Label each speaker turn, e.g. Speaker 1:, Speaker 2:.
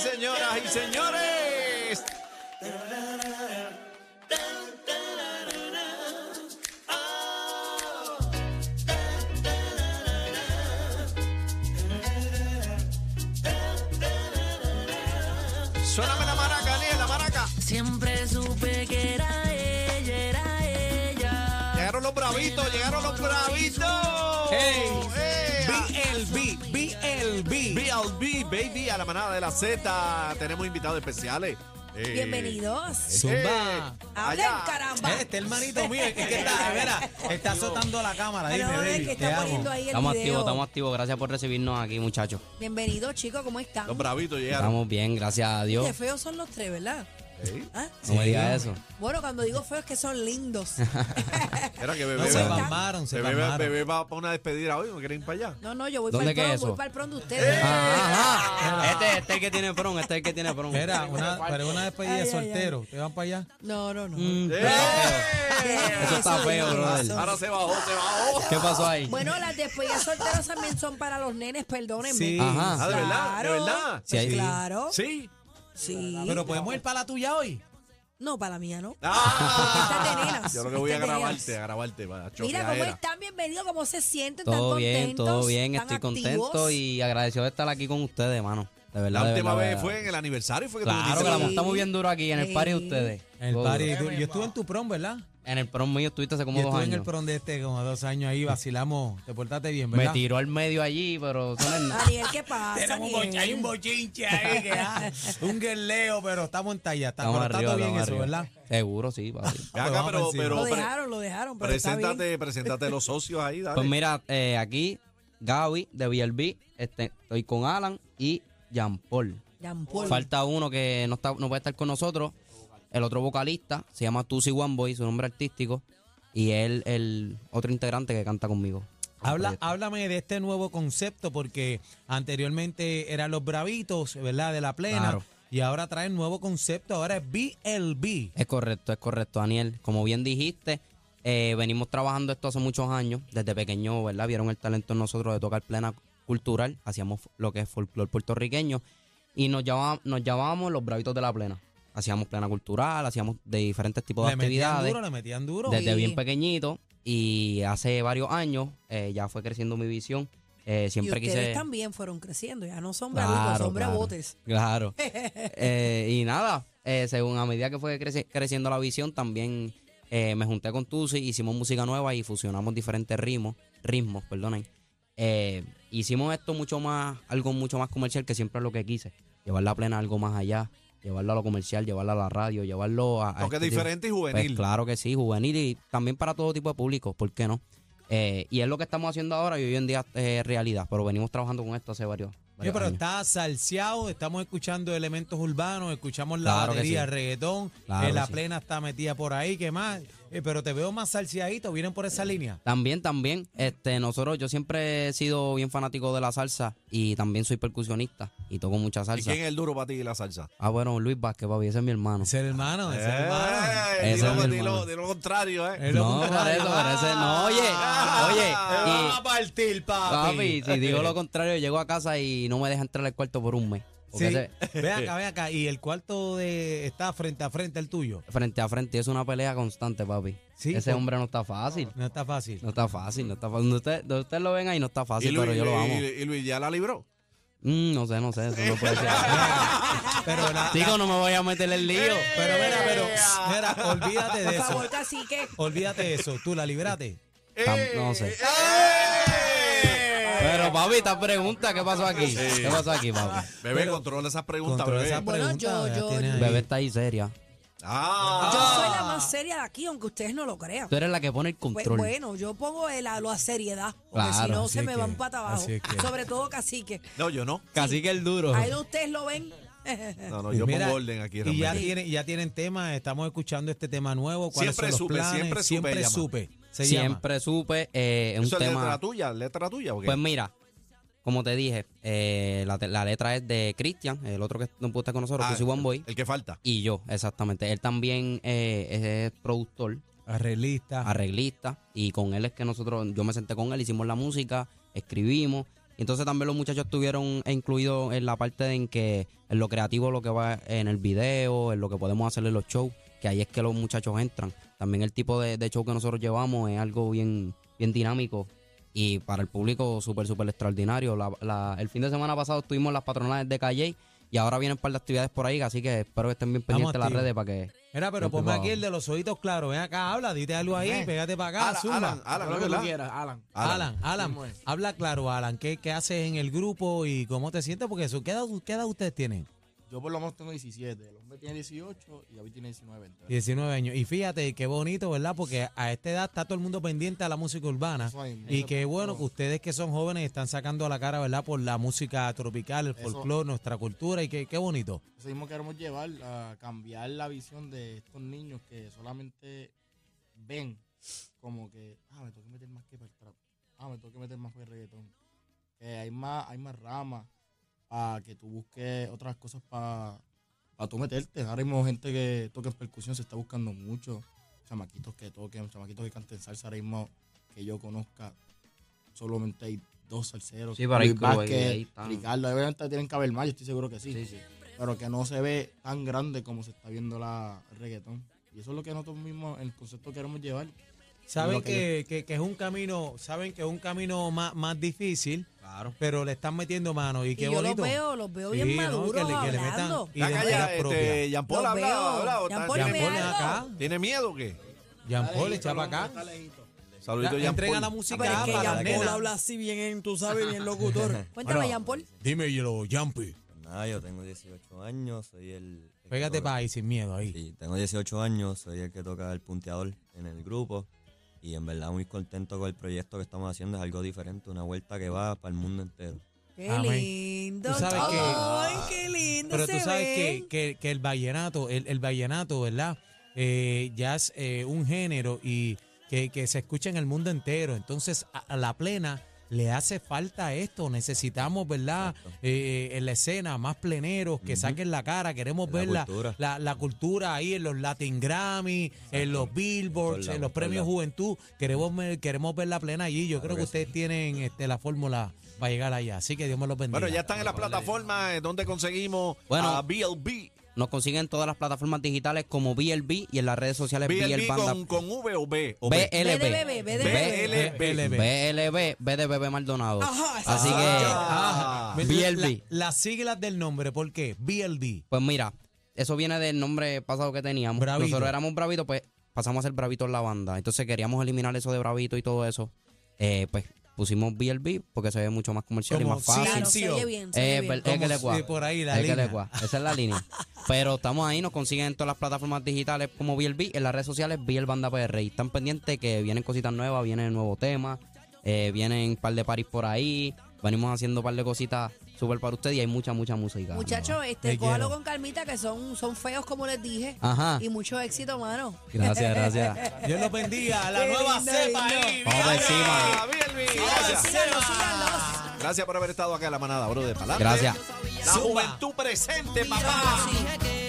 Speaker 1: señoras y señores. Suéname la maraca, Aniel, la maraca.
Speaker 2: Siempre supe que era ella, era ella.
Speaker 1: Llegaron los bravitos, llegaron los bravitos.
Speaker 3: Hey.
Speaker 1: Hey, a-
Speaker 3: BLB, BLB.
Speaker 1: BLB, baby, a la manada de la Z. Tenemos invitados especiales. Eh,
Speaker 4: Bienvenidos.
Speaker 3: Zumba.
Speaker 1: eh,
Speaker 4: Hablen,
Speaker 1: allá.
Speaker 4: caramba.
Speaker 3: Eh, Este hermanito mío, es que está, mira, está azotando la cámara.
Speaker 4: Pero
Speaker 3: Dime,
Speaker 4: no
Speaker 3: baby,
Speaker 4: ven que
Speaker 3: te
Speaker 4: está
Speaker 3: amo.
Speaker 4: poniendo ahí el
Speaker 5: Estamos
Speaker 4: video.
Speaker 5: activos, estamos activos. Gracias por recibirnos aquí, muchachos.
Speaker 4: Bienvenidos, chicos, ¿cómo están?
Speaker 1: Los bravitos llegaron.
Speaker 5: Estamos bien, gracias a Dios.
Speaker 4: Qué feos son los tres, ¿verdad?
Speaker 1: Ey,
Speaker 4: ¿Ah?
Speaker 5: No me digas eso.
Speaker 4: Bueno, cuando digo feos es que son lindos.
Speaker 1: Era que bebé.
Speaker 3: No, se
Speaker 1: bebé-
Speaker 3: bambaron, se
Speaker 1: bebé, bebé,
Speaker 3: bambaron.
Speaker 1: va para una despedida hoy, ¿no quieren ir para allá?
Speaker 4: No, no, yo voy para
Speaker 5: ¿Dónde
Speaker 4: el
Speaker 5: que
Speaker 4: prom,
Speaker 5: es eso? Eh.
Speaker 4: voy para el prom de ustedes.
Speaker 5: Ajá, ajá. Este, este es el que tiene prom, este es el que tiene prom.
Speaker 3: Mira, una, pero una despedida
Speaker 4: Ay, ay,
Speaker 3: soltero. ¿Te van para allá?
Speaker 4: No, no, no.
Speaker 5: Mm,
Speaker 1: ¡Eh!
Speaker 5: Eso está feo, brother.
Speaker 1: Ahora se bajó, se bajó.
Speaker 5: ¿Qué pasó ahí?
Speaker 4: Bueno, las despedidas solteras también son para los nenes, perdónenme.
Speaker 3: Sí.
Speaker 5: Ajá.
Speaker 1: Ah, de verdad, de
Speaker 4: Claro.
Speaker 1: verdad.
Speaker 5: Sí, pues- ahí-
Speaker 4: Claro. Sí.
Speaker 1: Sí.
Speaker 3: Pero podemos ir para la tuya hoy.
Speaker 4: No, para la mía no. Porque
Speaker 1: Ah,
Speaker 4: estás de nenas,
Speaker 1: yo lo que voy a
Speaker 4: estás de
Speaker 1: grabarte,
Speaker 4: nenas.
Speaker 1: a grabarte para
Speaker 4: Mira cómo
Speaker 1: choqueadera.
Speaker 4: están, bienvenidos, cómo se sienten, tan
Speaker 5: todo bien,
Speaker 4: contentos.
Speaker 5: todo bien.
Speaker 4: tan
Speaker 5: Estoy
Speaker 4: activos.
Speaker 5: contento y agradecido de estar aquí con ustedes, hermano. De verdad.
Speaker 1: La
Speaker 5: de
Speaker 1: última
Speaker 5: verdad, de
Speaker 1: vez
Speaker 5: verdad.
Speaker 1: fue en el aniversario, fue que tú
Speaker 5: Claro,
Speaker 1: viniste
Speaker 5: que la
Speaker 1: para-
Speaker 4: montaste.
Speaker 5: montamos bien duro aquí en el party de
Speaker 4: Sí.
Speaker 5: ustedes.
Speaker 3: En el
Speaker 5: Todo
Speaker 3: party.
Speaker 5: duro.
Speaker 3: tú- Yo estuve en tu prom, ¿verdad?
Speaker 5: En el prom mío estuviste hace como
Speaker 3: Yo
Speaker 5: dos
Speaker 3: estuve en el
Speaker 5: años.
Speaker 3: prom de este como dos años ahí, vacilamos. Te portaste bien,
Speaker 5: Me
Speaker 3: ¿verdad?
Speaker 5: tiró al medio allí, pero eso no es nada.
Speaker 4: Ariel, ¿qué pasa? Ariel?
Speaker 3: bochinche ahí que ah, un guerleo, pero estamos en talla. Está, pero está todo bien
Speaker 5: estamos
Speaker 3: eso,
Speaker 5: arriba.
Speaker 3: ¿verdad?
Speaker 5: Seguro, sí, papi.
Speaker 1: Ve acá,
Speaker 3: Vamos
Speaker 1: pero,
Speaker 3: encima.
Speaker 1: pero
Speaker 4: Lo
Speaker 1: pre-
Speaker 4: dejaron, lo dejaron, pero está bien.
Speaker 1: preséntate, preséntate los socios ahí, dale.
Speaker 5: Pues mira, eh, aquí Gaby de BLB, este, estoy con Alan y Jean Paul.
Speaker 4: Jean Paul.
Speaker 5: Falta uno que no, está, no puede estar con nosotros, el otro vocalista, se llama Tusi One Boy, su nombre artístico, y él, el otro integrante que canta conmigo.
Speaker 3: Habla, háblame de este nuevo concepto, porque anteriormente eran los bravitos, ¿verdad? De la plena.
Speaker 5: Claro.
Speaker 3: Y ahora traen nuevo concepto, ahora es BLB.
Speaker 5: Es correcto, es correcto, Daniel. Como bien dijiste, eh, venimos trabajando esto hace muchos años, desde pequeño, ¿verdad? Vieron el talento en nosotros de tocar plena cultural, hacíamos lo que es folclor puertorriqueño y nos, llamaba- nos llamábamos los bravitos de la plena. Hacíamos plena cultural, hacíamos de diferentes tipos de
Speaker 3: Le metían
Speaker 5: actividades
Speaker 3: duro, le metían duro.
Speaker 5: desde
Speaker 4: Sí.
Speaker 5: bien pequeñito y hace varios años eh, ya fue creciendo mi visión. Eh, siempre
Speaker 4: y ustedes
Speaker 5: quise...
Speaker 4: también fueron creciendo, ya no son bravitos,
Speaker 5: Claro,
Speaker 4: son
Speaker 5: claro,
Speaker 4: bravotes.
Speaker 5: Claro. Eh, y nada, eh, según a medida que fue creci- creciendo la visión, también eh, me junté con Tusi, hicimos música nueva y fusionamos diferentes ritmos, ritmos, perdonen. Eh, hicimos esto mucho más, algo mucho más comercial que siempre es lo que quise. Llevarla plena algo más allá, llevarlo a lo comercial, llevarla a la radio, llevarlo a... a
Speaker 1: Toque
Speaker 5: este tipo-
Speaker 1: diferente y
Speaker 5: pues
Speaker 1: juvenil.
Speaker 5: claro que sí, juvenil y también para todo tipo de público, ¿por qué no? Eh, y es lo que estamos haciendo ahora y hoy en día es eh, realidad, pero venimos trabajando con esto hace varios,
Speaker 3: Sí,
Speaker 5: varios
Speaker 3: pero
Speaker 5: años.
Speaker 3: está salseado, estamos escuchando elementos urbanos, escuchamos la
Speaker 5: Claro que
Speaker 3: batería,
Speaker 5: sí.
Speaker 3: el reggaetón,
Speaker 5: Claro
Speaker 3: eh, la
Speaker 5: que sí.
Speaker 3: plena está metida por ahí, ¿qué más? Eh, pero te veo más salseadito, vienen por esa línea.
Speaker 5: También, también, este, nosotros, yo siempre he sido bien fanático de la salsa y también soy percusionista y toco mucha
Speaker 1: ¿Y
Speaker 5: salsa.
Speaker 1: quién es el duro para ti y la salsa?
Speaker 5: Ah, bueno, Luis Vázquez, papi, ese es mi hermano.
Speaker 3: Es el hermano, es el hermano.
Speaker 1: Eh,
Speaker 5: Ese es
Speaker 1: dilo,
Speaker 5: mi
Speaker 1: dilo,
Speaker 5: hermano.
Speaker 1: dilo contrario, eh.
Speaker 3: Es lo
Speaker 5: No, por eso, por
Speaker 3: contrario.
Speaker 5: eso, no, oye, oye,
Speaker 3: Te
Speaker 5: y-
Speaker 3: van a partir, papi.
Speaker 5: papi, si digo lo contrario, llego a casa y no me deja entrar al cuarto por un mes. Porque
Speaker 3: Sí.
Speaker 5: ese-
Speaker 3: Ve acá, ve acá. Y el cuarto de está frente a frente al tuyo.
Speaker 5: frente a frente es una pelea constante, papi.
Speaker 3: Sí,
Speaker 5: ese
Speaker 3: por-
Speaker 5: hombre no está fácil.
Speaker 3: No está fácil.
Speaker 5: No está fácil, no está fácil. Donde usted- donde ustedes lo ven ahí no está
Speaker 1: Y
Speaker 5: fácil,
Speaker 1: Luis,
Speaker 5: pero yo lo
Speaker 1: y-
Speaker 5: amo.
Speaker 1: y- y Luis ya la libró.
Speaker 5: Mm, no sé, no sé, eso no puede ser.
Speaker 3: Pero la-
Speaker 5: Chico, no me voy a meter el lío.
Speaker 3: pero mira, pero mira, olvídate
Speaker 4: Por
Speaker 3: de eso.
Speaker 4: favor, cacique.
Speaker 3: Olvídate de eso. Tú la libraste.
Speaker 5: Tam- no sé.
Speaker 1: ¡Eh!
Speaker 5: Pero papi, esta pregunta, ¿qué pasó aquí? ¿Qué pasó aquí, papi?
Speaker 1: Bebé,
Speaker 3: Pero-
Speaker 1: controla esas preguntas,
Speaker 3: Controla
Speaker 1: bebé.
Speaker 3: esas
Speaker 4: Bueno,
Speaker 3: preguntas,
Speaker 4: yo-
Speaker 3: ya
Speaker 4: yo-
Speaker 3: tiene ahí.
Speaker 5: Bebé está ahí seria.
Speaker 1: Ah,
Speaker 4: Yo soy la más seria de aquí, aunque ustedes no lo crean.
Speaker 5: Tú eres la que pone el
Speaker 4: Pues,
Speaker 5: control.
Speaker 4: bueno, yo pongo el, a la seriedad, porque si
Speaker 5: Claro,
Speaker 4: no se
Speaker 3: así
Speaker 4: me
Speaker 3: que-
Speaker 4: van para abajo.
Speaker 3: así que- Oh.
Speaker 4: Sobre todo cacique.
Speaker 1: no, yo no.
Speaker 5: Casi que el duro.
Speaker 4: Ahí donde ustedes lo ven.
Speaker 1: No, no, yo
Speaker 3: Mira,
Speaker 1: pongo orden aquí
Speaker 3: Y ya
Speaker 1: realmente.
Speaker 3: tienen, ya tienen tema, estamos escuchando este tema nuevo. ¿Cuáles
Speaker 1: Siempre
Speaker 3: son los
Speaker 1: supe,
Speaker 3: planes?
Speaker 1: siempre supe,
Speaker 3: Siempre
Speaker 1: llama.
Speaker 3: supe. Se llama.
Speaker 5: Siempre supe eh, es un
Speaker 1: Eso es letra
Speaker 5: tema.
Speaker 1: tuya, letra tuya. ¿o qué?
Speaker 5: Pues mira, como te dije, eh, la, te- la letra es de Christian, el otro que no pudo estar con nosotros,
Speaker 1: Ah,
Speaker 5: que es One Boy.
Speaker 1: El que falta.
Speaker 5: Y yo, exactamente. Él también eh, es- es productor.
Speaker 3: Arreglista.
Speaker 5: arreglista y con él es que nosotros, yo me senté con él, hicimos la música, escribimos Entonces también los muchachos estuvieron incluidos en la parte en que en lo creativo, lo que va en el video, en lo que podemos hacer en los shows, que ahí es que los muchachos entran. También el tipo de, de show que nosotros llevamos es algo bien, bien dinámico y para el público súper, súper extraordinario. La- la- el fin de semana pasado estuvimos en las patronales de Calle y ahora vienen un par de actividades por ahí, así que espero que estén bien
Speaker 3: Estamos
Speaker 5: pendientes de las
Speaker 3: activos.
Speaker 5: redes para que...
Speaker 3: Mira, pero
Speaker 5: Yo
Speaker 3: ponme
Speaker 5: estoy
Speaker 3: aquí
Speaker 5: bajo.
Speaker 3: el de los ojitos claros. Ven acá, habla, dite algo ahí,
Speaker 1: Eh.
Speaker 3: pégate
Speaker 5: Ah,
Speaker 3: para acá,
Speaker 1: Alan,
Speaker 3: zumba.
Speaker 1: Alan, Alan,
Speaker 6: Haz lo que tú
Speaker 1: ¿verdad?
Speaker 6: quieras, Alan.
Speaker 3: Alan, Alan,
Speaker 6: Mismo es.
Speaker 3: habla claro, Alan. ¿qué, qué haces en el grupo y cómo te sientes? Porque eso, ¿qué edad, qué edad ustedes tienen?
Speaker 6: Yo por lo menos tengo 17. El hombre tiene 18 y David tiene 19. ¿verdad?
Speaker 3: 19 años. Y fíjate, qué bonito, ¿verdad? Porque a esta edad está todo el mundo pendiente a la música urbana.
Speaker 6: Eso mismo.
Speaker 3: Y
Speaker 6: Eso
Speaker 3: qué
Speaker 6: es
Speaker 3: bueno
Speaker 6: todo.
Speaker 3: que ustedes que son jóvenes están sacando la cara, ¿verdad? Por la música tropical, el
Speaker 6: Eso.
Speaker 3: folclore, nuestra cultura. Y qué, qué bonito.
Speaker 6: Eso mismo queremos llevar a cambiar la visión de estos niños que solamente ven como que, ah, me tengo que meter más que para el trap. Ah, me tengo que meter más que el reggaetón. Que hay más, hay más ramas para que tú busques otras cosas para tú meterte. Ahora mismo gente que toca en percusión se está buscando mucho. Chamaquitos que toquen, chamaquitos que canten salsa. Ahora mismo que yo conozca, solamente hay dos salseros.
Speaker 5: Sí, pero hay
Speaker 6: Luis
Speaker 5: crew ahí,
Speaker 6: Vázquez,
Speaker 5: ahí están.
Speaker 6: Ricardo, obviamente tienen que haber más, yo estoy seguro que sí
Speaker 5: sí.
Speaker 6: pero que no se ve tan grande como se está viendo la el reggaetón. Y eso es lo que nosotros mismos, el concepto que queremos llevar.
Speaker 3: Saben
Speaker 6: Lo
Speaker 3: que,
Speaker 6: que
Speaker 3: que- que es un camino, saben que es un camino más, más difícil,
Speaker 5: Claro.
Speaker 3: pero le están metiendo mano. Y
Speaker 4: Y
Speaker 3: qué
Speaker 4: yo los
Speaker 3: bonito.
Speaker 4: veo, los veo
Speaker 3: Sí,
Speaker 4: bien
Speaker 3: ¿no?
Speaker 4: maduros
Speaker 3: Que le- que le metan-
Speaker 4: hablando.
Speaker 3: y de
Speaker 1: Está
Speaker 3: manera
Speaker 1: callado,
Speaker 3: propia.
Speaker 1: este, Jean Paul,
Speaker 4: Los
Speaker 1: habla,
Speaker 4: veo.
Speaker 1: habla, habla.
Speaker 4: Jean
Speaker 1: está-
Speaker 4: Paul,
Speaker 3: Jean
Speaker 4: Ponme
Speaker 3: Paul,
Speaker 4: algo.
Speaker 3: acá.
Speaker 1: ¿Tiene miedo o qué?
Speaker 3: Jean
Speaker 6: Está
Speaker 3: Paul,
Speaker 6: lejito,
Speaker 3: echa
Speaker 6: el
Speaker 3: para
Speaker 6: hombre,
Speaker 3: acá.
Speaker 6: está lejito.
Speaker 1: Saludito, Jean
Speaker 3: entrega
Speaker 1: Paul.
Speaker 3: la
Speaker 4: Ah,
Speaker 3: música
Speaker 4: pero es que
Speaker 3: para la
Speaker 4: Jean Paul
Speaker 3: nena.
Speaker 4: habla así bien, tú sabes, bien locutor. Cuéntame,
Speaker 3: Bueno.
Speaker 4: Jean Paul.
Speaker 3: Dímelo, Jampi.
Speaker 7: Nada, yo tengo 18 años, soy el... el
Speaker 3: Pégate
Speaker 7: que toca-
Speaker 3: para ahí sin miedo ahí.
Speaker 7: Sí, tengo 18 años, soy el que toca el punteador en el grupo y en verdad muy contento con el proyecto que estamos haciendo, es algo diferente, una vuelta que va para el mundo entero.
Speaker 4: Qué
Speaker 3: Amén.
Speaker 4: lindo.
Speaker 3: Tú sabes que-
Speaker 4: Ay, qué lindo
Speaker 3: Pero
Speaker 4: se
Speaker 3: tú sabes que,
Speaker 4: ven.
Speaker 3: que- que el vallenato, el, el vallenato, ¿verdad? Eh, ya es eh, un género y que, que se escucha en el mundo entero. Entonces, a, a la plena le hace falta esto. Necesitamos, ¿verdad? Eh, en la escena, más pleneros que saquen la cara. Queremos
Speaker 7: La
Speaker 3: ver la
Speaker 7: cultura.
Speaker 3: la, la cultura ahí en los Latin Grammy, en los Billboards,
Speaker 7: Por
Speaker 3: en
Speaker 7: la-
Speaker 3: los
Speaker 7: por
Speaker 3: premios
Speaker 7: la-
Speaker 3: Juventud. Queremos, ver- queremos ver la plena allí. Yo creo
Speaker 7: Claro
Speaker 3: que
Speaker 7: que
Speaker 3: ustedes tienen este, la fórmula para llegar allá. Así que Dios me los bendiga.
Speaker 1: Bueno, ya están en las plataformas eh, donde conseguimos
Speaker 5: Bueno.
Speaker 1: a BLB.
Speaker 5: Nos consiguen en todas las plataformas digitales como BLB y en las redes sociales BL
Speaker 1: BLB
Speaker 5: Banda.
Speaker 1: con, con V o B. o B.
Speaker 4: Ve de
Speaker 5: BLB.
Speaker 4: bebé, ve de
Speaker 1: Ve-
Speaker 4: bebé.
Speaker 1: BLB.
Speaker 5: BLB, B de Bebé Maldonado.
Speaker 4: Ajá,
Speaker 5: Así que,
Speaker 1: Ah.
Speaker 5: BLB.
Speaker 3: Eh, La- las siglas del nombre, ¿por qué? BLB.
Speaker 5: pues mira, eso viene del nombre pasado que teníamos.
Speaker 3: Bravito.
Speaker 5: Nosotros éramos Bravito, pues pasamos a ser Bravito en la banda. Entonces queríamos eliminar eso de Bravito y todo eso. Eh, pues pusimos BLB porque se ve mucho más comercial
Speaker 3: Como
Speaker 5: y más fácil.
Speaker 4: Claro,
Speaker 3: Sí, sí,
Speaker 4: se
Speaker 3: oh.
Speaker 4: oye bien, se oye
Speaker 5: Eh,
Speaker 4: bien.
Speaker 5: per- es que
Speaker 3: Como
Speaker 5: le
Speaker 3: si
Speaker 5: cua.
Speaker 3: por ahí la
Speaker 5: Es que le
Speaker 3: línea.
Speaker 5: cua. Esa es la línea. Pero estamos ahí, nos consiguen en todas las plataformas digitales como BLB, en las redes sociales BL Banda PR. Y están pendientes que vienen cositas nuevas, vienen nuevos temas, eh, vienen un par de paris por ahí. Venimos haciendo un par de cositas súper para ustedes y hay mucha, mucha música.
Speaker 4: Muchachos,
Speaker 3: Te
Speaker 4: este, cójalo
Speaker 3: quiero.
Speaker 4: con calmita, que son, son feos, como les dije.
Speaker 5: Ajá.
Speaker 4: Y mucho éxito, mano.
Speaker 5: Gracias, gracias.
Speaker 3: Dios los bendiga. La
Speaker 4: Qué
Speaker 3: nueva
Speaker 4: lindo,
Speaker 3: cepa
Speaker 4: lindo.
Speaker 3: ahí.
Speaker 5: Vamos para encima.
Speaker 1: Ah, BLB. Gracias.
Speaker 4: Síganos, síganos.
Speaker 1: Gracias por haber estado acá en la manada, bro de palabra.
Speaker 5: Gracias.
Speaker 1: La juventud presente, papá.
Speaker 2: Dije que